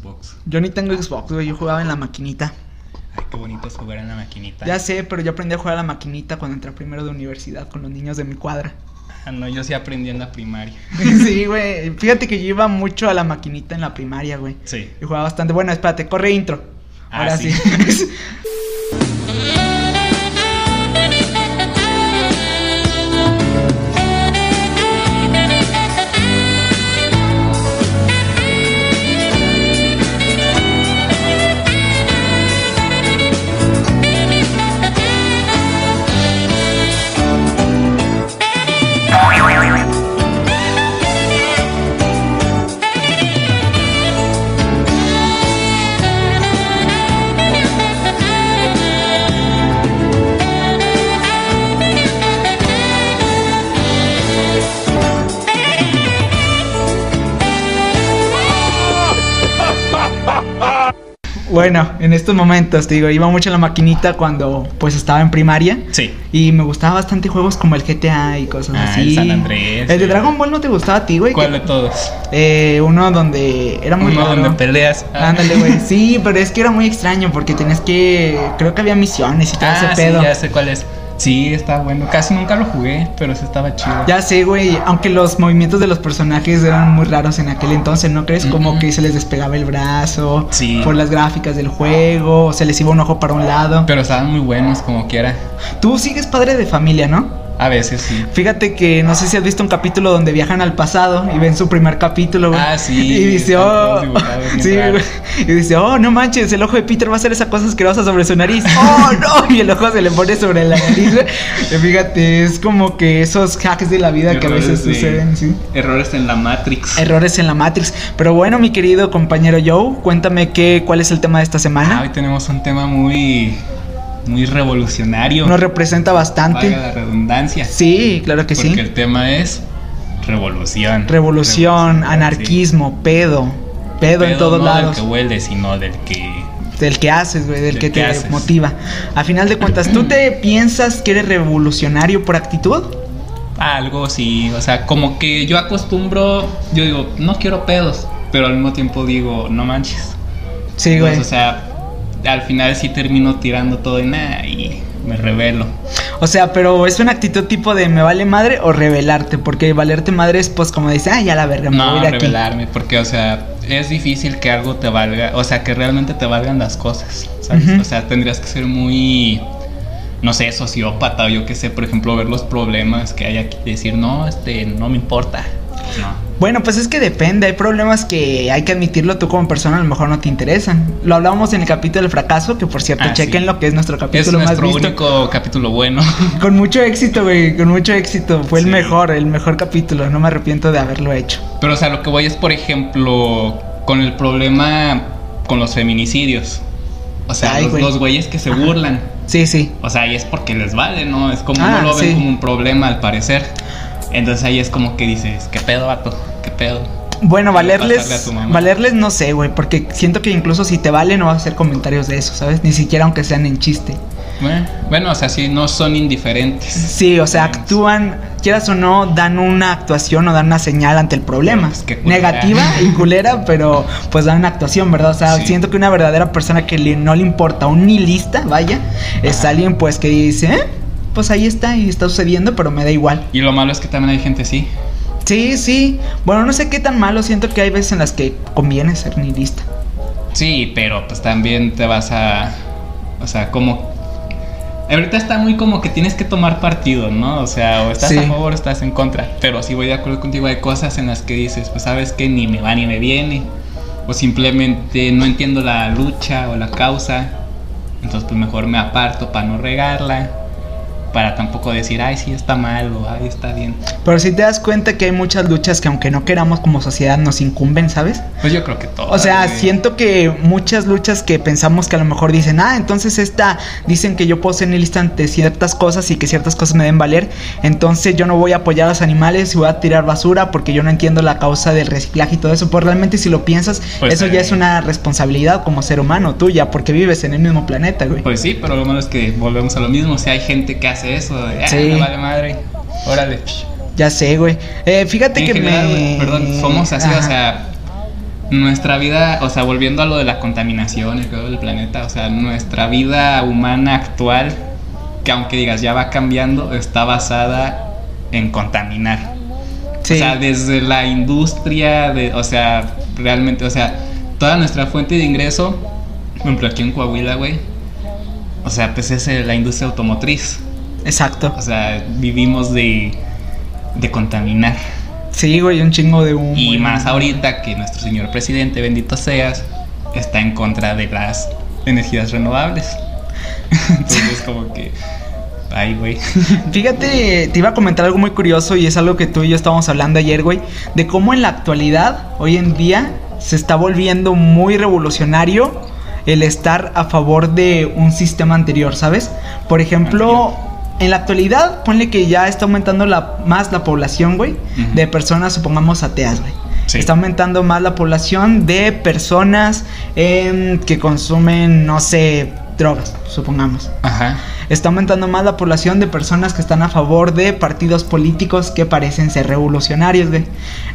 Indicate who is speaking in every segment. Speaker 1: Xbox.
Speaker 2: Yo ni tengo Xbox, güey. Yo jugaba en la maquinita.
Speaker 1: Ay, qué bonito es jugar en la maquinita.
Speaker 2: Ya sé, pero yo aprendí a jugar a la maquinita cuando entré primero de universidad con los niños de mi cuadra.
Speaker 1: Ah, no, yo sí aprendí en la primaria.
Speaker 2: sí, güey. Fíjate que yo iba mucho a la maquinita en la primaria, güey.
Speaker 1: Sí.
Speaker 2: Y jugaba bastante. Bueno, espérate, corre intro.
Speaker 1: Ah,
Speaker 2: Ahora sí.
Speaker 1: sí.
Speaker 2: bueno, en estos momentos, te digo, iba mucho a la maquinita cuando pues estaba en primaria.
Speaker 1: Sí.
Speaker 2: Y me gustaba bastante juegos como el GTA y cosas
Speaker 1: Ah,
Speaker 2: así.
Speaker 1: el San Andrés,
Speaker 2: El de
Speaker 1: el-
Speaker 2: Dragon Ball no te gustaba a ti, güey.
Speaker 1: ¿Cuál
Speaker 2: Que-
Speaker 1: de todos?
Speaker 2: Eh, uno donde era muy
Speaker 1: Uno
Speaker 2: raro.
Speaker 1: donde peleas. Ah.
Speaker 2: Ándale, güey. Sí, pero es que era muy extraño porque tenías que. Creo que había misiones y todo
Speaker 1: Ah,
Speaker 2: ese
Speaker 1: sí,
Speaker 2: pedo.
Speaker 1: ya sé cuál es. Sí, está bueno. Casi nunca lo jugué, pero sí estaba chido.
Speaker 2: Ya sé, güey, aunque los movimientos de los personajes eran muy raros en aquel entonces, ¿no crees? Como
Speaker 1: Ujú.
Speaker 2: que se les despegaba el brazo
Speaker 1: Sí.
Speaker 2: por las gráficas del juego, o se les iba un ojo para un lado.
Speaker 1: Pero estaban muy buenos, como quiera.
Speaker 2: Tú sigues padre de familia, ¿no?
Speaker 1: A veces sí.
Speaker 2: Fíjate que no sé si has visto un capítulo donde viajan al pasado y ven su primer capítulo, güey.
Speaker 1: Ah, sí,
Speaker 2: Y dice,
Speaker 1: están
Speaker 2: oh,
Speaker 1: todos dibujados bien
Speaker 2: sí,
Speaker 1: raros.
Speaker 2: güey. Y dice, oh, no manches, el ojo de Peter va a hacer esa cosa asquerosa sobre su nariz. oh, no. Y el ojo se le pone sobre la nariz, güey. Fíjate, es como que esos hacks de la vida que a veces
Speaker 1: Errores de-
Speaker 2: suceden, sí.
Speaker 1: Errores en la Matrix.
Speaker 2: Errores en la Matrix. Pero bueno, mi querido compañero Joe, cuéntame qué, cuál es el tema de esta
Speaker 1: Ah, hoy
Speaker 2: semana.
Speaker 1: tenemos un tema muy, muy revolucionario.
Speaker 2: Nos representa
Speaker 1: Valga
Speaker 2: bastante.
Speaker 1: la redundancia.
Speaker 2: Sí, claro que
Speaker 1: porque
Speaker 2: sí.
Speaker 1: el tema es revolución.
Speaker 2: Revolución,
Speaker 1: sí.
Speaker 2: anarquismo, pedo. Pedo, en
Speaker 1: Pedo
Speaker 2: todos
Speaker 1: no
Speaker 2: lados.
Speaker 1: Del que huele, sino del que.
Speaker 2: Del que haces, güey, del,
Speaker 1: Del
Speaker 2: que,
Speaker 1: que
Speaker 2: te
Speaker 1: haces.
Speaker 2: motiva. A final de cuentas, ¿tú te piensas que eres revolucionario por actitud?
Speaker 1: Algo sí, o sea, como que yo acostumbro, yo digo, no quiero pedos, pero al mismo tiempo digo, no manches.
Speaker 2: Sí, güey.
Speaker 1: Entonces, o sea, al final sí termino tirando todo en nada y me revelo.
Speaker 2: O sea, pero es una actitud tipo de me vale madre o rebelarte. Porque valerte madre es, pues, como dice, ah, ya la verga, me
Speaker 1: No,
Speaker 2: voy de aquí.
Speaker 1: revelarme, porque, o sea, es difícil que algo te valga, o sea, que realmente te valgan las cosas, ¿sabes?
Speaker 2: Ujú.
Speaker 1: O sea, tendrías que ser muy, no sé, sociópata o yo qué sé, por ejemplo, ver los problemas que hay aquí, decir, no, este, no me importa. Pues no.
Speaker 2: Bueno, pues es que depende, hay problemas que hay que admitirlo, tú como persona a lo mejor no te interesan. Lo hablábamos en el capítulo del fracaso, que por cierto,
Speaker 1: Ah, sí.
Speaker 2: chequen lo que es nuestro
Speaker 1: Es
Speaker 2: capítulo más
Speaker 1: nuestro
Speaker 2: visto.
Speaker 1: único capítulo bueno.
Speaker 2: Con mucho éxito, güey, con mucho éxito. Fue el
Speaker 1: Sí.
Speaker 2: mejor, el mejor capítulo, no me arrepiento de haberlo hecho.
Speaker 1: Pero, o sea, lo que voy es, por ejemplo, con el problema con los feminicidios. O sea,
Speaker 2: Ay,
Speaker 1: los,
Speaker 2: güey.
Speaker 1: los güeyes que se
Speaker 2: Ajá.
Speaker 1: burlan.
Speaker 2: Sí, sí.
Speaker 1: O sea, y es porque les vale, ¿no? Es como
Speaker 2: Ah,
Speaker 1: no lo ven
Speaker 2: sí.
Speaker 1: como un problema al parecer. Entonces ahí es como que dices, ¿qué pedo, vato? ¿Qué pedo?
Speaker 2: Bueno,
Speaker 1: Pasarle a
Speaker 2: valerles,
Speaker 1: tu mamá.
Speaker 2: valerles no sé, güey, porque siento que incluso si te vale no vas a hacer comentarios de eso, ¿sabes? Ni siquiera aunque sean en chiste.
Speaker 1: Bueno, Bueno, o sea, sí, no son indiferentes.
Speaker 2: Sí, o sea, actúan, quieras o no, dan una actuación o dan una señal ante el problema.
Speaker 1: Pero, pues, qué culera.
Speaker 2: Negativa y culera, pero pues dan una actuación, ¿verdad? O sea,
Speaker 1: Sí.
Speaker 2: siento que una verdadera persona que le- no le importa, un nihilista, vaya, es
Speaker 1: Ajá.
Speaker 2: alguien pues que dice, "Eh, pues ahí está y está sucediendo, pero me da igual.
Speaker 1: Y lo malo es que también hay gente así.
Speaker 2: Sí, sí. Bueno, no sé qué tan malo, siento que hay veces en las que conviene ser nihilista.
Speaker 1: Sí, pero pues también te vas a... O sea, como... Ahorita está muy como que tienes que tomar partido, ¿no? O sea, o estás
Speaker 2: Sí.
Speaker 1: a favor o estás en contra. Pero sí voy de acuerdo contigo, hay cosas en las que dices, pues sabes que ni me va ni me viene. O simplemente no entiendo la lucha o la causa. Entonces pues mejor me aparto para no regarla. Para tampoco decir, ay, sí está mal o ay, está bien.
Speaker 2: Pero si te das cuenta que hay muchas luchas que aunque no queramos como sociedad nos incumben, ¿sabes?
Speaker 1: Pues yo creo que todo.
Speaker 2: O sea, siento que muchas luchas que pensamos que a lo mejor dicen, ah, entonces esta, dicen que yo puedo ser nihilista ante ciertas cosas y que ciertas cosas me den valer, entonces yo no voy a apoyar a los animales y voy a tirar basura porque yo no entiendo la causa del reciclaje y todo eso. Pues realmente si lo piensas,
Speaker 1: Pues,
Speaker 2: eso ya
Speaker 1: eh.
Speaker 2: es una responsabilidad como ser humano tuya porque vives en el mismo planeta, güey.
Speaker 1: Pues sí, pero lo malo es que volvemos a lo mismo. O sea, hay gente que hace eso. De, ah,
Speaker 2: Sí.
Speaker 1: me vale madre. Órale. psh".
Speaker 2: Ya sé, güey. Eh, fíjate
Speaker 1: En
Speaker 2: que
Speaker 1: general,
Speaker 2: me...
Speaker 1: güey, Perdón, somos así, o
Speaker 2: Ajá.
Speaker 1: sea. nuestra vida, o sea, volviendo a lo de la contaminación, el cuidado del planeta, o sea, nuestra vida humana actual, que aunque digas ya va cambiando, está basada en contaminar.
Speaker 2: Sí.
Speaker 1: O sea, desde la industria, de, o sea, realmente, o sea, toda nuestra fuente de ingreso, por ejemplo, aquí en Coahuila, güey, o sea, pues es eh, la industria automotriz.
Speaker 2: Exacto.
Speaker 1: O sea, vivimos de, de contaminar.
Speaker 2: Sí, güey, un chingo de humo.
Speaker 1: Y
Speaker 2: güey.
Speaker 1: más ahorita que nuestro señor presidente, bendito seas, está en contra de las energías renovables. Entonces, como que. Ay, güey.
Speaker 2: Fíjate, te iba a comentar algo muy curioso y es algo que tú y yo estábamos hablando ayer, güey, de cómo en la actualidad, hoy en día, se está volviendo muy revolucionario el estar a favor de un sistema anterior, ¿sabes? Por ejemplo, en la actualidad, ponle que ya está aumentando la, más la población, güey,
Speaker 1: Ujú.
Speaker 2: de personas, supongamos, ateas, güey.
Speaker 1: Sí.
Speaker 2: Está aumentando más la población de personas em, que consumen, no sé, drogas, supongamos.
Speaker 1: Ajá.
Speaker 2: Está aumentando más la población de personas que están a favor de partidos políticos que parecen ser revolucionarios, güey.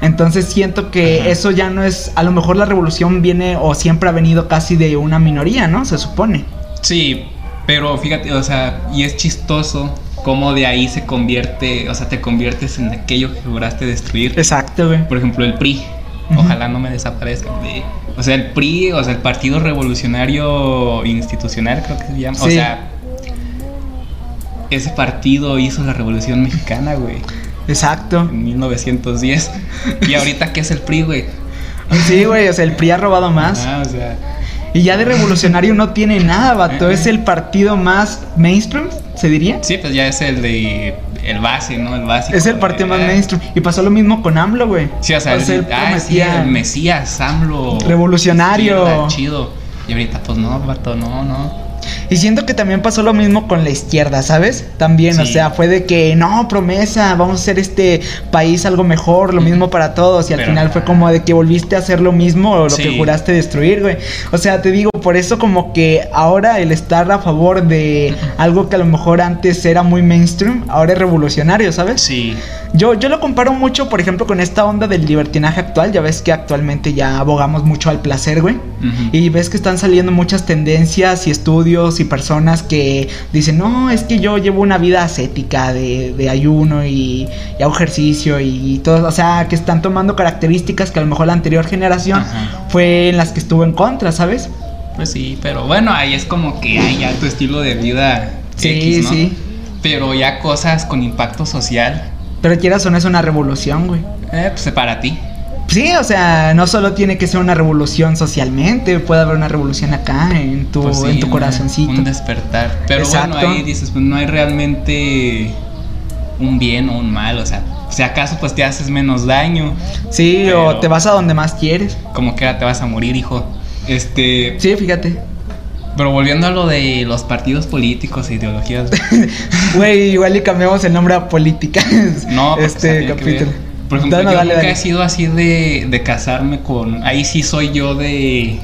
Speaker 2: Entonces siento que
Speaker 1: Ajá.
Speaker 2: eso ya no es. A lo mejor la revolución viene o siempre ha venido casi de una minoría, ¿no? Se supone.
Speaker 1: Sí, pero fíjate, o sea, y es chistoso cómo de ahí se convierte, o sea, te conviertes en aquello que juraste destruir.
Speaker 2: Exacto, güey.
Speaker 1: Por ejemplo, el PRI.
Speaker 2: Ujú.
Speaker 1: Ojalá no me desaparezca. de- O sea, el PRI, o sea, el Partido Revolucionario Institucional, creo que se llama. O
Speaker 2: Sí.
Speaker 1: sea, ese partido hizo la Revolución Mexicana, güey,
Speaker 2: Exacto.
Speaker 1: en 1910. Y ahorita, ¿qué es el PRI, güey?
Speaker 2: Sí, güey. O sea, el PRI ha robado más.
Speaker 1: Ah, o sea,
Speaker 2: Y ya de revolucionario no tiene nada, vato.
Speaker 1: Ajá.
Speaker 2: Es el partido más mainstream, se diría.
Speaker 1: sí, pues ya es el de. El base, ¿no? El básico.
Speaker 2: Es el partido más
Speaker 1: eh.
Speaker 2: mainstream. Y pasó lo mismo con AMLO, güey.
Speaker 1: Sí, o sea, el,
Speaker 2: él
Speaker 1: ah, sí,
Speaker 2: prometía-
Speaker 1: el Mesías, AMLO.
Speaker 2: Revolucionario.
Speaker 1: izquierda, Chido. Y ahorita, pues no, Barto, no, no.
Speaker 2: Y siento que también pasó lo mismo con la izquierda, ¿sabes? También, o
Speaker 1: Sí.
Speaker 2: sea, fue de que no, promesa, vamos a hacer este país algo mejor, lo mismo para todos. Y al
Speaker 1: Pero
Speaker 2: final
Speaker 1: no.
Speaker 2: fue como de que volviste a hacer lo mismo, o lo que
Speaker 1: Sí.
Speaker 2: juraste destruir, güey. O sea, te digo, por eso como que ahora el estar a favor de algo que a lo mejor antes era muy mainstream, ahora es revolucionario, ¿sabes?
Speaker 1: Sí.
Speaker 2: Yo, yo lo comparo mucho, por ejemplo, con esta onda del libertinaje actual. Ya ves que actualmente ya abogamos mucho al placer, güey.
Speaker 1: Ujú.
Speaker 2: Y ves que están saliendo muchas tendencias y estudios y personas que dicen, no, es que yo llevo una vida ascética de, de ayuno y, y hago ejercicio y, todo, o sea, que están tomando características que a lo mejor la anterior generación
Speaker 1: Ajá.
Speaker 2: fue en las que estuvo en contra, ¿sabes?
Speaker 1: Pues sí, pero bueno, ahí es como que hay ya tu estilo de vida.
Speaker 2: Sí,
Speaker 1: X, ¿no?
Speaker 2: sí.
Speaker 1: Pero ya cosas con impacto social,
Speaker 2: Pero quieras o no es una revolución, güey.
Speaker 1: eh, pues para ti.
Speaker 2: Sí, o sea, no solo tiene que ser una revolución socialmente, puede haber una revolución acá en tu,
Speaker 1: pues sí,
Speaker 2: en tu
Speaker 1: una-
Speaker 2: corazoncito.
Speaker 1: Un despertar. Pero
Speaker 2: Exacto.
Speaker 1: bueno, ahí dices, pues no hay realmente un bien o un mal. O sea, si acaso pues te haces menos daño.
Speaker 2: Sí, o
Speaker 1: Pero-
Speaker 2: te vas a donde más quieres.
Speaker 1: Como que ahora te vas a morir, hijo. Este,
Speaker 2: Sí, fíjate.
Speaker 1: pero volviendo a lo de los partidos políticos e ideologías.
Speaker 2: Güey, igual y cambiamos el nombre a política.
Speaker 1: No, porque, o sea,
Speaker 2: este
Speaker 1: tiene que ver.
Speaker 2: capítulo.
Speaker 1: Por ejemplo,
Speaker 2: No, no,
Speaker 1: yo
Speaker 2: dale,
Speaker 1: nunca
Speaker 2: dale.
Speaker 1: he sido así de, de casarme con. Ahí sí soy yo de.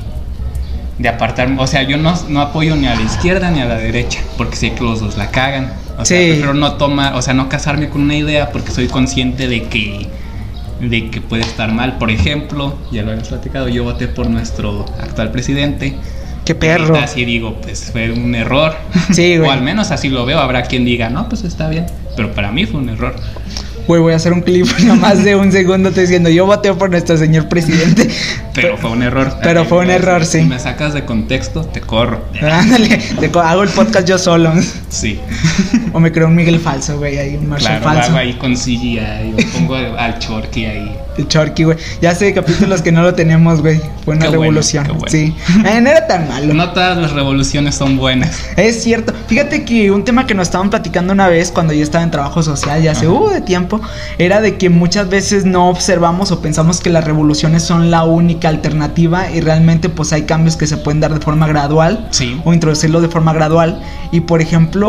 Speaker 1: De apartarme. O sea, yo no, no apoyo ni a la izquierda ni a la derecha. Porque sé que los dos la cagan. O sea,
Speaker 2: Sí.
Speaker 1: prefiero no tomar. O sea, no casarme con una idea porque soy consciente de que. De que puede estar mal. Por ejemplo, ya lo habíamos platicado, yo voté por nuestro actual presidente.
Speaker 2: Qué perro.
Speaker 1: Ahorita sí digo, pues fue un error.
Speaker 2: Sí, güey.
Speaker 1: O al menos así lo veo. Habrá quien diga, no, pues está bien. Pero para mí fue un error.
Speaker 2: Güey, voy a hacer un clip nomás de un segundo te diciendo, yo voté por nuestro señor presidente.
Speaker 1: Pero fue un error.
Speaker 2: Pero fue un error, sí.
Speaker 1: Si me sacas de contexto, te corro.
Speaker 2: Ándale, te co- hago el podcast yo solo.
Speaker 1: Sí.
Speaker 2: O me creo un Miguel falso, güey, ahí un Marshall
Speaker 1: Claro, lo
Speaker 2: falso.
Speaker 1: hago ahí con CGI. o pongo al Chorky ahí.
Speaker 2: El Chorky, güey. Ya sé capítulos que no lo tenemos, güey. Fue una
Speaker 1: Qué bueno,
Speaker 2: revolución.
Speaker 1: qué bueno.
Speaker 2: Sí. Eh, no era tan malo.
Speaker 1: No todas las revoluciones son buenas.
Speaker 2: Es cierto. Fíjate que un tema que nos estaban platicando una vez cuando yo estaba en trabajo social, ya hace
Speaker 1: Ajá.
Speaker 2: uh, de tiempo, era de que muchas veces no observamos o pensamos que las revoluciones son la única alternativa y realmente pues hay cambios que se pueden dar de forma gradual
Speaker 1: Sí.
Speaker 2: o introducirlo de forma gradual. Y por ejemplo,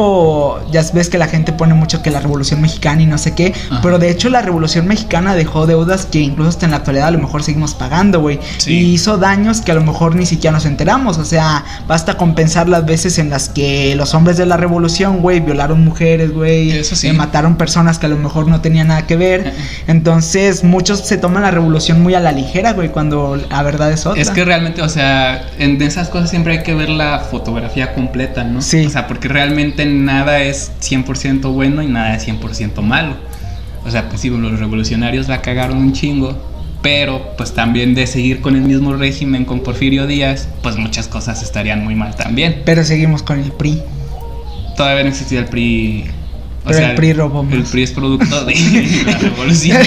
Speaker 2: ya ves que la gente pone mucho que la Revolución Mexicana y no sé qué,
Speaker 1: Ajá.
Speaker 2: pero de hecho la Revolución Mexicana dejó deudas que incluso hasta en la actualidad a lo mejor seguimos pagando, güey.
Speaker 1: Sí.
Speaker 2: Y hizo daños que a lo mejor ni siquiera nos enteramos, o sea, basta compensar las veces en las que los hombres de la Revolución, güey, violaron mujeres, güey,
Speaker 1: Eso sí.
Speaker 2: eh, mataron personas que a lo mejor no tenían nada que ver.
Speaker 1: Ajá.
Speaker 2: Entonces, muchos se toman la Revolución muy a la ligera, güey, cuando la verdad es otra.
Speaker 1: Es que realmente, o sea, en de esas cosas siempre hay que ver la fotografía completa, ¿no?
Speaker 2: Sí.
Speaker 1: O sea, porque realmente nada es 100% bueno y nada es 100% malo. O sea, pues sí, los revolucionarios la cagaron un chingo, pero pues también de seguir con el mismo régimen con Porfirio Díaz, pues muchas cosas estarían muy mal también.
Speaker 2: Pero seguimos con el PRI.
Speaker 1: Todavía no existía el PRI. O
Speaker 2: Pero el PRI robó
Speaker 1: El
Speaker 2: más.
Speaker 1: PRI es producto de la revolución.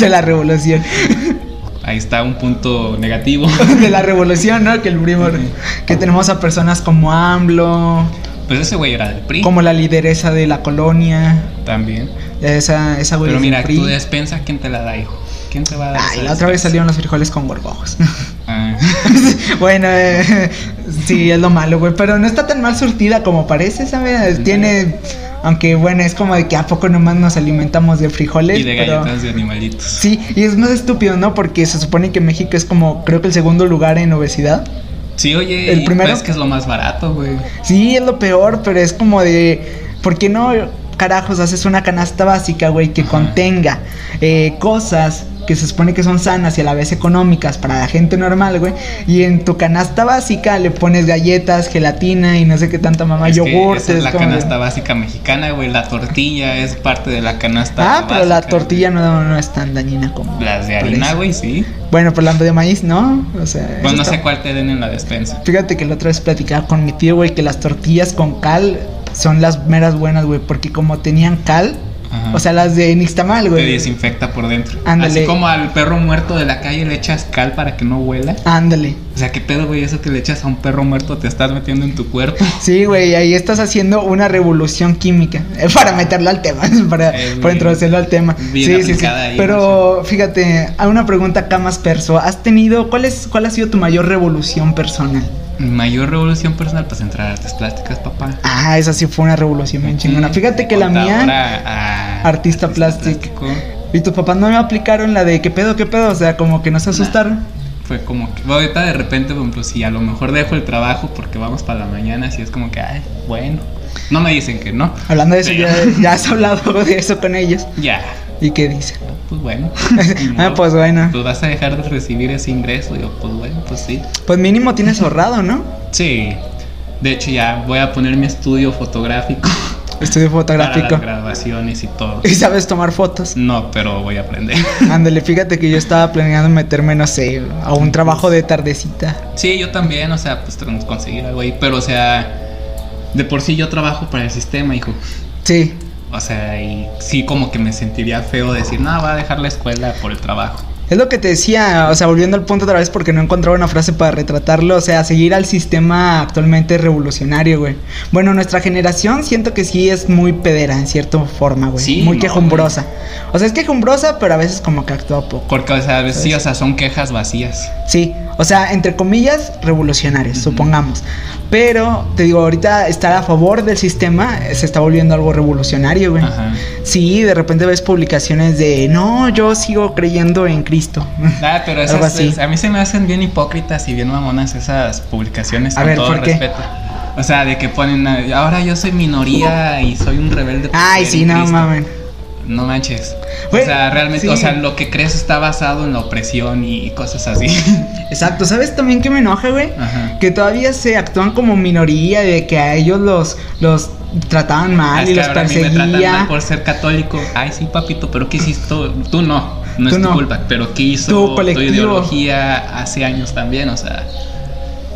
Speaker 2: de la revolución.
Speaker 1: Ahí está un punto negativo.
Speaker 2: De la revolución, ¿no? Que el PRI mor- Que tenemos a personas como AMLO,
Speaker 1: Pues ese güey era del PRI
Speaker 2: como la lideresa de la colonia.
Speaker 1: también.
Speaker 2: Esa, esa güey
Speaker 1: Pero
Speaker 2: es del
Speaker 1: mira,
Speaker 2: PRI.
Speaker 1: tu despensa, ¿quién te la da, hijo? ¿Quién te va a dar?
Speaker 2: Pues, Ay,
Speaker 1: esa
Speaker 2: la otra vez
Speaker 1: despensa?
Speaker 2: salieron los frijoles con gorgojos.
Speaker 1: Ah,
Speaker 2: bueno, eh, sí, es lo malo, güey. Pero no está tan mal surtida como parece, ¿sabes?
Speaker 1: No.
Speaker 2: Tiene. Aunque bueno, es como de que a poco nomás nos alimentamos de frijoles.
Speaker 1: y de
Speaker 2: pero-
Speaker 1: galletas de animalitos.
Speaker 2: Sí, y es más estúpido, ¿no? Porque se supone que México es como, creo que el segundo lugar en obesidad.
Speaker 1: Sí, oye,
Speaker 2: ¿El
Speaker 1: y
Speaker 2: primero?
Speaker 1: pues que es lo más barato, güey.
Speaker 2: Sí, es lo peor, pero es como de, ¿por qué no, carajos, haces una canasta básica, güey, que
Speaker 1: Ajá.
Speaker 2: contenga eh, cosas que se supone que son sanas y a la vez económicas para la gente normal, güey? Y en tu canasta básica le pones galletas, gelatina y no sé qué tanta mamá,
Speaker 1: Es que
Speaker 2: yogur.
Speaker 1: esa es la canasta básica mexicana, güey. La tortilla es parte de la canasta
Speaker 2: Ah, pero la
Speaker 1: básica,
Speaker 2: tortilla no, no es tan dañina como...
Speaker 1: güey. Las de
Speaker 2: parece.
Speaker 1: harina, güey, sí.
Speaker 2: Bueno, pero la de maíz, ¿no? O sea... eso
Speaker 1: Bueno, no
Speaker 2: está-
Speaker 1: sé cuál te den en la despensa.
Speaker 2: Fíjate que la otra vez platicaba con mi tío, güey, que las tortillas con cal son las meras buenas, güey, porque como tenían cal,
Speaker 1: Ajá.
Speaker 2: o sea, las de Nixtamal,
Speaker 1: te
Speaker 2: güey.
Speaker 1: desinfecta por dentro.
Speaker 2: Ándale.
Speaker 1: Así como al perro muerto de la calle le echas cal para que no huela.
Speaker 2: Ándale.
Speaker 1: O sea, qué pedo, güey, eso que le echas a un perro muerto te estás metiendo en tu cuerpo.
Speaker 2: Sí, güey, ahí estás haciendo una revolución química. eh, para meterla al tema, para,
Speaker 1: Eh,
Speaker 2: para
Speaker 1: bien-
Speaker 2: introducirlo al tema.
Speaker 1: bien
Speaker 2: sí, sí, sí.
Speaker 1: aplicada ahí,
Speaker 2: Pero fíjate, a una pregunta acá más perso. ¿Has tenido, cuál, es, cuál ha sido tu mayor revolución personal?
Speaker 1: Mi mayor revolución personal, pues entrar a artes plásticas, papá.
Speaker 2: Ah, esa sí fue una revolución bien chingona. Fíjate que la mía.
Speaker 1: Contadora a-
Speaker 2: artista plástico. Y tus papás no me aplicaron la de qué pedo, qué pedo, o sea, como que no se asustaron.
Speaker 1: Fue como que, bueno, ahorita de repente, por ejemplo, si a lo mejor dejo el trabajo porque vamos para la mañana, así es como que, ay, bueno. No me dicen que no.
Speaker 2: Hablando de eso,
Speaker 1: Pero-
Speaker 2: ya, ya has hablado de eso con ellos.
Speaker 1: Ya.
Speaker 2: ¿Y qué dicen?
Speaker 1: Pues bueno.
Speaker 2: ah, pues bueno.
Speaker 1: Pues vas a dejar de recibir ese ingreso. Y yo, pues bueno, pues sí.
Speaker 2: Pues mínimo tienes ahorrado, ¿no?
Speaker 1: Sí. De hecho, ya voy a poner mi estudio fotográfico.
Speaker 2: Estudio
Speaker 1: Para
Speaker 2: fotográfico.
Speaker 1: las grabaciones y todo.
Speaker 2: Y sabes tomar fotos.
Speaker 1: No, pero voy a aprender.
Speaker 2: Ándale, fíjate que yo estaba planeando meterme, no sé, a un trabajo de tardecita.
Speaker 1: Sí, yo también, o sea, pues tras- conseguir algo ahí, pero o sea, de por sí yo trabajo para el sistema, hijo.
Speaker 2: Sí,
Speaker 1: O sea, y sí como que me sentiría feo decir, no, va a dejar la escuela por el trabajo.
Speaker 2: Es lo que te decía, o sea, volviendo al punto otra vez porque no encontraba una frase para retratarlo, o sea, seguir al sistema actualmente revolucionario, güey. Bueno, nuestra generación siento que sí es muy pedera en cierta forma, güey.
Speaker 1: Sí,
Speaker 2: muy
Speaker 1: no,
Speaker 2: quejumbrosa. O sea, es quejumbrosa, pero a veces como que actúa poco.
Speaker 1: Porque, o sea, a veces sí, o sea, son quejas vacías.
Speaker 2: Sí, o sea, entre comillas, revolucionarios,
Speaker 1: Ujú.
Speaker 2: supongamos. Pero, te digo, ahorita estar a favor del sistema eh, se está volviendo algo revolucionario, güey.
Speaker 1: Ajá.
Speaker 2: Sí, de repente ves publicaciones de, no, yo sigo creyendo en Cristo.
Speaker 1: Ah, pero
Speaker 2: Algo
Speaker 1: esas,
Speaker 2: así.
Speaker 1: es- a mí se me hacen bien hipócritas y bien mamonas esas publicaciones,
Speaker 2: A
Speaker 1: con
Speaker 2: ver,
Speaker 1: todo
Speaker 2: ¿por qué?
Speaker 1: respeto. O sea, de que ponen, ah, ahora yo soy minoría y soy un rebelde. por
Speaker 2: Ay,
Speaker 1: creer
Speaker 2: sí,
Speaker 1: en
Speaker 2: no
Speaker 1: Cristo".
Speaker 2: mames.
Speaker 1: No manches.
Speaker 2: Güey,
Speaker 1: o sea, realmente,
Speaker 2: sí.
Speaker 1: o sea, lo que crees está basado en la opresión y cosas así.
Speaker 2: Exacto, ¿sabes también que me enoja, güey?
Speaker 1: Ajá.
Speaker 2: Que todavía se actúan como minoría, de que a ellos los, los trataban mal
Speaker 1: Es
Speaker 2: y
Speaker 1: que
Speaker 2: los
Speaker 1: ahora a mí me tratan
Speaker 2: perseguía.
Speaker 1: mal por ser católico. Ay, sí, papito, pero ¿qué hiciste? Tú no, no
Speaker 2: Tú
Speaker 1: es tu
Speaker 2: no.
Speaker 1: culpa, pero ¿qué hizo
Speaker 2: Tu
Speaker 1: tu,
Speaker 2: colectivo.
Speaker 1: ideología hace años también? O sea,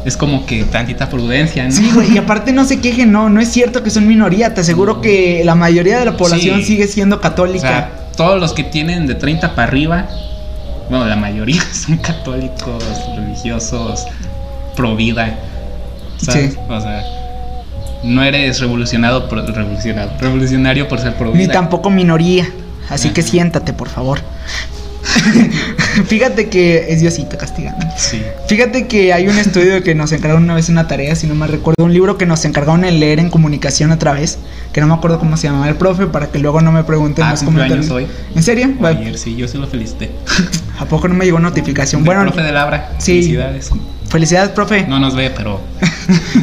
Speaker 1: es como que tantita prudencia, ¿no?
Speaker 2: Sí, güey, y aparte no se quejen, no, no es cierto que son minoría, te aseguro que la mayoría de la población
Speaker 1: Sí.
Speaker 2: sigue siendo
Speaker 1: o
Speaker 2: católica.
Speaker 1: sea, todos los que tienen de 30 para arriba, bueno, la mayoría son católicos, religiosos, pro vida. ¿sabes?
Speaker 2: Sí.
Speaker 1: O sea, no eres revolucionado por, revolucionado, revolucionario por ser pro vida.
Speaker 2: Ni tampoco minoría. Así que
Speaker 1: Ajá.
Speaker 2: siéntate, por favor. Fíjate que es Diosito castigando.
Speaker 1: Sí.
Speaker 2: Fíjate que hay un estudio que nos encargaron una vez una tarea, si no me recuerdo, un libro que nos encargaron en leer en comunicación otra vez, que no me acuerdo cómo se llamaba el profe, para que luego no me pregunten
Speaker 1: Ah,
Speaker 2: los
Speaker 1: cumpleaños
Speaker 2: comentarios.
Speaker 1: hoy.
Speaker 2: ¿En serio? Bueno,
Speaker 1: Ayer sí, yo sí lo felicité.
Speaker 2: ¿A poco no me llegó notificación?
Speaker 1: Bueno,
Speaker 2: Bueno,
Speaker 1: profe de Labra,
Speaker 2: sí.
Speaker 1: felicidades.
Speaker 2: Felicidades, profe.
Speaker 1: No nos ve, pero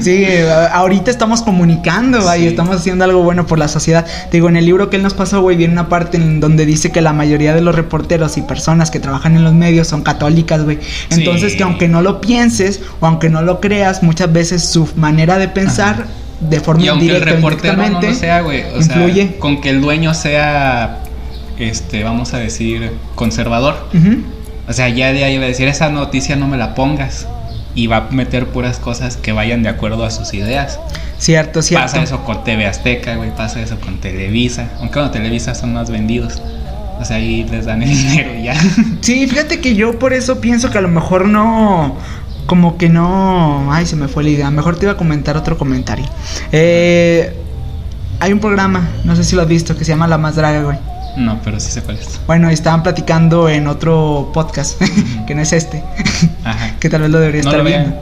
Speaker 2: Sí, a- ahorita estamos comunicando, güey,
Speaker 1: Sí.
Speaker 2: estamos haciendo algo bueno por la sociedad. Te digo, en el libro que él nos pasó, güey, viene una parte en donde dice que la mayoría de los reporteros y personas que trabajan en los medios son católicas, güey. Entonces,
Speaker 1: Sí.
Speaker 2: que aunque no lo pienses o aunque no lo creas, muchas veces su manera de pensar
Speaker 1: Ajá.
Speaker 2: de forma
Speaker 1: y aunque el
Speaker 2: indirecta o
Speaker 1: reportero no lo
Speaker 2: indirectamente,
Speaker 1: sea, güey, o sea,
Speaker 2: influye.
Speaker 1: con que el dueño sea, este, vamos a decir, conservador,
Speaker 2: Ujú.
Speaker 1: o sea, ya de ahí va a decir, esa noticia no me la pongas, y va a meter puras cosas que vayan de acuerdo a sus ideas.
Speaker 2: Cierto, cierto.
Speaker 1: Pasa eso con TV Azteca, güey, pasa eso con Televisa, aunque bueno, Televisa son más vendidos, o sea, ahí les dan el dinero y ya.
Speaker 2: Sí, fíjate que yo por eso pienso que a lo mejor no. Como que no. Ay, se me fue la idea. Mejor te iba a comentar otro comentario. Eh, hay un programa, no sé si lo has visto, que se llama La Más Draga, güey.
Speaker 1: No, pero sí sé cuál es.
Speaker 2: Bueno, estaban platicando en otro podcast, que no es este,
Speaker 1: Ajá.
Speaker 2: que tal vez lo debería
Speaker 1: No
Speaker 2: estar
Speaker 1: lo
Speaker 2: viendo.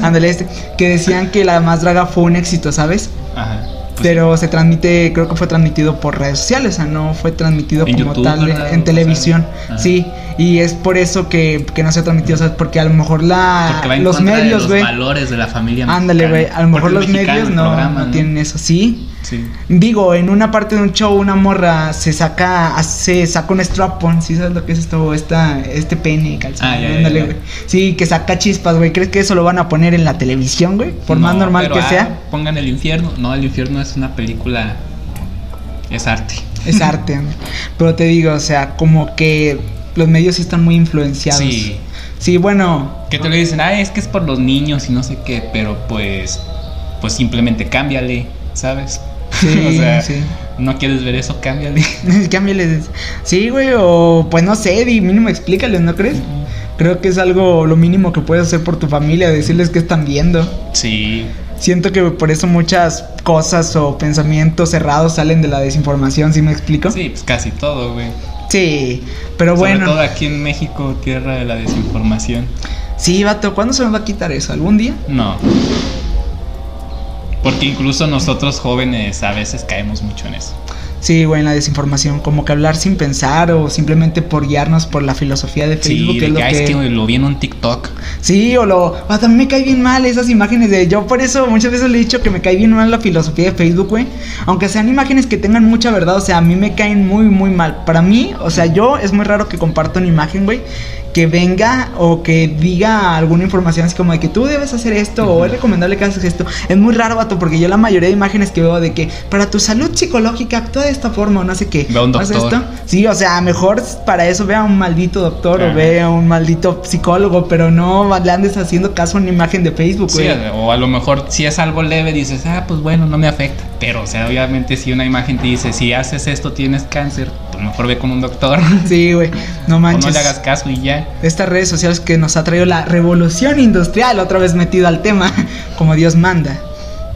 Speaker 2: Ándale, este. Que decían que La Más Draga fue un éxito, ¿sabes?
Speaker 1: Ajá. Pues
Speaker 2: Pero se transmite, creo que fue transmitido por redes sociales, o sea, no fue transmitido
Speaker 1: En
Speaker 2: como
Speaker 1: YouTube,
Speaker 2: tal
Speaker 1: ¿verdad?
Speaker 2: en
Speaker 1: O
Speaker 2: televisión.
Speaker 1: sea, ajá.
Speaker 2: Sí, y es por eso que, que no se ha transmitido, o sea, porque a lo mejor la
Speaker 1: Porque va en
Speaker 2: los
Speaker 1: contra de
Speaker 2: medios,
Speaker 1: los
Speaker 2: güey.
Speaker 1: valores de la familia
Speaker 2: Ándale, güey,
Speaker 1: mexicana.
Speaker 2: a lo mejor
Speaker 1: Porque
Speaker 2: los
Speaker 1: el mexicano,
Speaker 2: medios
Speaker 1: el
Speaker 2: no,
Speaker 1: programa,
Speaker 2: no tienen eso, sí.
Speaker 1: Sí.
Speaker 2: Digo, en una parte de un show una morra se saca se saca un strap-on, ¿sí sabes lo que es esto? Esta, este pene, calzón.
Speaker 1: Ah, ya, ya,
Speaker 2: ándale,
Speaker 1: ya.
Speaker 2: güey. Sí, que saca chispas, güey. ¿Crees que eso lo van a poner en la televisión, güey? Por más
Speaker 1: No,
Speaker 2: normal
Speaker 1: pero,
Speaker 2: que
Speaker 1: ah,
Speaker 2: sea,
Speaker 1: Pongan el infierno. No, el infierno es una película. Es arte.
Speaker 2: Es arte. hombre. Pero te digo, o sea, como que los medios sí están muy influenciados.
Speaker 1: Sí.
Speaker 2: Sí, bueno.
Speaker 1: Que te lo dicen, ah, es que es por los niños y no sé qué, pero pues. Pues simplemente cámbiale, ¿sabes?
Speaker 2: Sí, sí.
Speaker 1: no quieres ver eso, cámbiale.
Speaker 2: Cámbiales. Sí, güey, o pues no sé, di mínimo explícales, ¿no crees? Creo que es algo lo mínimo que puedes hacer por tu familia, decirles que están viendo.
Speaker 1: Sí.
Speaker 2: Siento que por eso muchas cosas o pensamientos cerrados salen de la desinformación, ¿sí me explico?
Speaker 1: Sí, pues casi todo, güey.
Speaker 2: Sí, pero
Speaker 1: Sobre todo
Speaker 2: bueno.
Speaker 1: aquí en México, tierra de la desinformación.
Speaker 2: Sí, vato, ¿cuándo se me va a quitar eso? ¿Algún día?
Speaker 1: No. Porque incluso nosotros jóvenes a veces caemos mucho en eso.
Speaker 2: Sí, güey, en la desinformación, como que hablar sin pensar o simplemente por guiarnos por la filosofía de Facebook.
Speaker 1: Sí,
Speaker 2: que
Speaker 1: de
Speaker 2: es lo
Speaker 1: que, "Ah, es
Speaker 2: que-
Speaker 1: que lo vi en un TikTok.
Speaker 2: Sí, o lo... Ah, también me cae bien mal esas imágenes de... Yo por eso muchas veces le he dicho que me cae bien mal la filosofía de Facebook, güey. Aunque sean imágenes que tengan mucha verdad, o sea, a mí me caen muy, muy mal. Para mí, o sea, yo es muy raro que comparto una imagen, güey, que venga o que diga alguna información así como de que tú debes hacer esto o es recomendable que hagas esto. Es muy raro, vato, porque yo la mayoría de imágenes que veo de que para tu salud psicológica actúa de esta forma o no sé qué.
Speaker 1: Ve a un
Speaker 2: Haz
Speaker 1: doctor.
Speaker 2: Sí, o sea, mejor para eso vea a un maldito doctor o
Speaker 1: Ajá.
Speaker 2: vea a un maldito psicólogo, pero no le andes haciendo caso a una imagen de Facebook,
Speaker 1: Sí,
Speaker 2: güey.
Speaker 1: o a lo mejor si es algo leve dices, ah, pues bueno, no me afecta. Pero, o sea, obviamente si una imagen te dice, si haces esto tienes cáncer, pues mejor ve con un doctor.
Speaker 2: Sí, güey, no
Speaker 1: o
Speaker 2: manches.
Speaker 1: no le hagas caso y ya.
Speaker 2: Estas redes sociales que nos ha traído la revolución industrial, otra vez metido al tema, como Dios manda.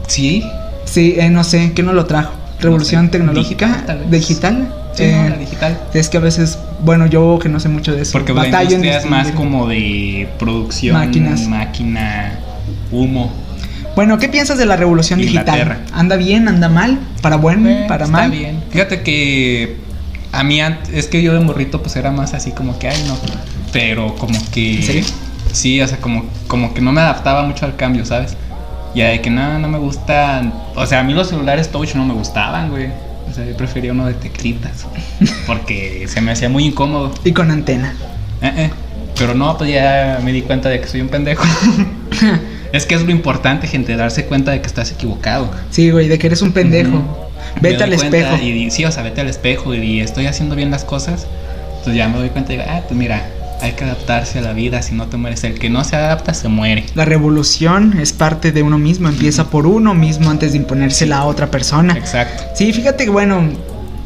Speaker 1: Sí.
Speaker 2: Sí, eh, no sé, ¿qué no lo trajo? ¿Revolución
Speaker 1: No sé,
Speaker 2: tecnológica?
Speaker 1: digital, tal vez.
Speaker 2: ¿Digital?
Speaker 1: Sí,
Speaker 2: Eh,
Speaker 1: no, la digital.
Speaker 2: Es que a veces, bueno, yo que no sé mucho de eso.
Speaker 1: Porque la
Speaker 2: batallo en este
Speaker 1: industria es más
Speaker 2: distinguir.
Speaker 1: como de producción,
Speaker 2: Máquinas.
Speaker 1: máquina, humo.
Speaker 2: Bueno, ¿qué piensas de la revolución
Speaker 1: Inglaterra.
Speaker 2: digital? ¿Anda bien, anda mal? ¿Para buen,
Speaker 1: Eh,
Speaker 2: para
Speaker 1: está
Speaker 2: mal?
Speaker 1: bien. Fíjate que a mí ant- es que yo de morrito pues era más así como que ay no, pero como que
Speaker 2: ¿En serio?
Speaker 1: sí, o sea, como como que no me adaptaba mucho al cambio, ¿sabes? Ya de que nada, no me gustan, o sea, a mí los celulares touch no me gustaban, güey. O sea, yo prefería uno de teclitas porque se me hacía muy incómodo.
Speaker 2: Y con antena.
Speaker 1: Eh, eh. Pero no, pues ya me di cuenta de que soy un pendejo. es que es lo importante, gente, darse cuenta de que estás equivocado.
Speaker 2: Sí, güey, de que eres un pendejo.
Speaker 1: Ujú. Me
Speaker 2: Vete
Speaker 1: doy
Speaker 2: al
Speaker 1: cuenta
Speaker 2: espejo.
Speaker 1: Y, di- sí, o sea, vete al espejo y, di, estoy haciendo bien las cosas. Entonces ya me doy cuenta y digo, ah, pues mira, hay que adaptarse a la vida. Si no te mueres, el que no se adapta se muere.
Speaker 2: La revolución es parte de uno mismo, empieza por uno mismo antes de imponérsela a otra persona.
Speaker 1: Exacto.
Speaker 2: Sí, fíjate que bueno,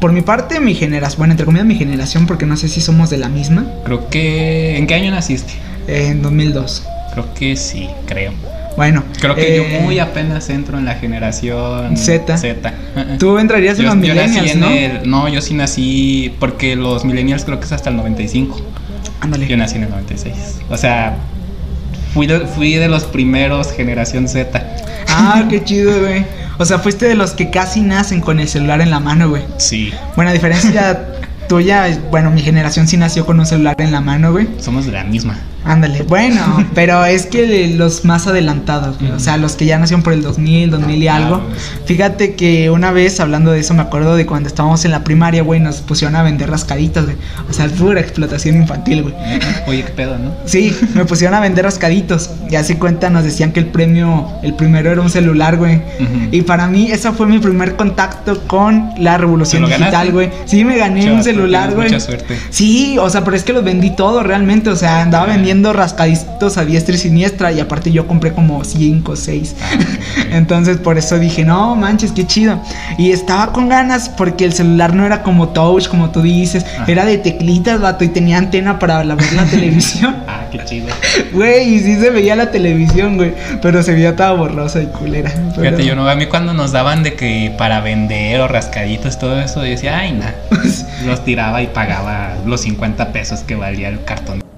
Speaker 2: por mi parte, mi generación, bueno, entre comillas mi generación, porque no sé si somos de la misma,
Speaker 1: Creo que. ¿En qué año naciste?
Speaker 2: eh, en 2002.
Speaker 1: Creo que sí, creo.
Speaker 2: Bueno,
Speaker 1: Creo que
Speaker 2: eh,
Speaker 1: yo muy apenas entro en la generación
Speaker 2: Z.
Speaker 1: Z.
Speaker 2: Tú entrarías en
Speaker 1: Yo-
Speaker 2: los
Speaker 1: yo nací
Speaker 2: millennials,
Speaker 1: en
Speaker 2: ¿no?
Speaker 1: el- No, yo sí nací. Porque los millennials creo que es hasta el 95.
Speaker 2: Ándale.
Speaker 1: Yo nací en el 96. O sea, fui de, fui de los primeros generación Z.
Speaker 2: Ah, qué chido, güey. O sea, fuiste de los que casi nacen con el celular en la mano, güey.
Speaker 1: Sí,
Speaker 2: Bueno, a diferencia tuya, bueno, mi generación sí nació con un celular en la mano, güey.
Speaker 1: somos de la misma.
Speaker 2: Ándale, bueno, pero es que de los más adelantados, güey, o sea, los que ya nacieron por el 2000, 2000 y
Speaker 1: Ah,
Speaker 2: algo.
Speaker 1: güey.
Speaker 2: Fíjate que una vez, hablando de eso, me acuerdo de cuando estábamos en la primaria, güey, nos pusieron a vender rascaditas, güey. O sea, pura explotación infantil, güey.
Speaker 1: Oye, qué pedo, ¿no?
Speaker 2: Sí, me pusieron a vender rascaditos. Y así cuenta, nos decían que el premio, el primero era un celular, güey.
Speaker 1: Ujú.
Speaker 2: Y para mí, ese fue mi primer contacto con la revolución
Speaker 1: ¿Te lo
Speaker 2: digital,
Speaker 1: ganaste?
Speaker 2: güey. Sí, me gané
Speaker 1: Chavas,
Speaker 2: un celular,
Speaker 1: tienes
Speaker 2: güey.
Speaker 1: Mucha suerte. Ah.
Speaker 2: Sí, o sea, pero es que los vendí todo realmente. O sea, andaba vendiendo rascaditos a diestra y siniestra. Y aparte, yo compré como 5 o 6.
Speaker 1: Ah, ok, ok.
Speaker 2: Entonces por eso dije, no manches, qué chido. Y estaba con ganas porque el celular no era como touch, como tú dices,
Speaker 1: Ajá.
Speaker 2: era de teclitas, vato, y tenía antena para la- ver la televisión.
Speaker 1: Ah, qué chido.
Speaker 2: Güey, y sí se veía la televisión, güey, pero se veía toda borrosa y culera. Pero-
Speaker 1: Fíjate, yo no, a mí cuando nos daban de que para vender o rascaditos, todo
Speaker 2: pues,
Speaker 1: eso, yo decía, ay, nada. Los tiraba y pagaba los 50 pesos que valía el cartón.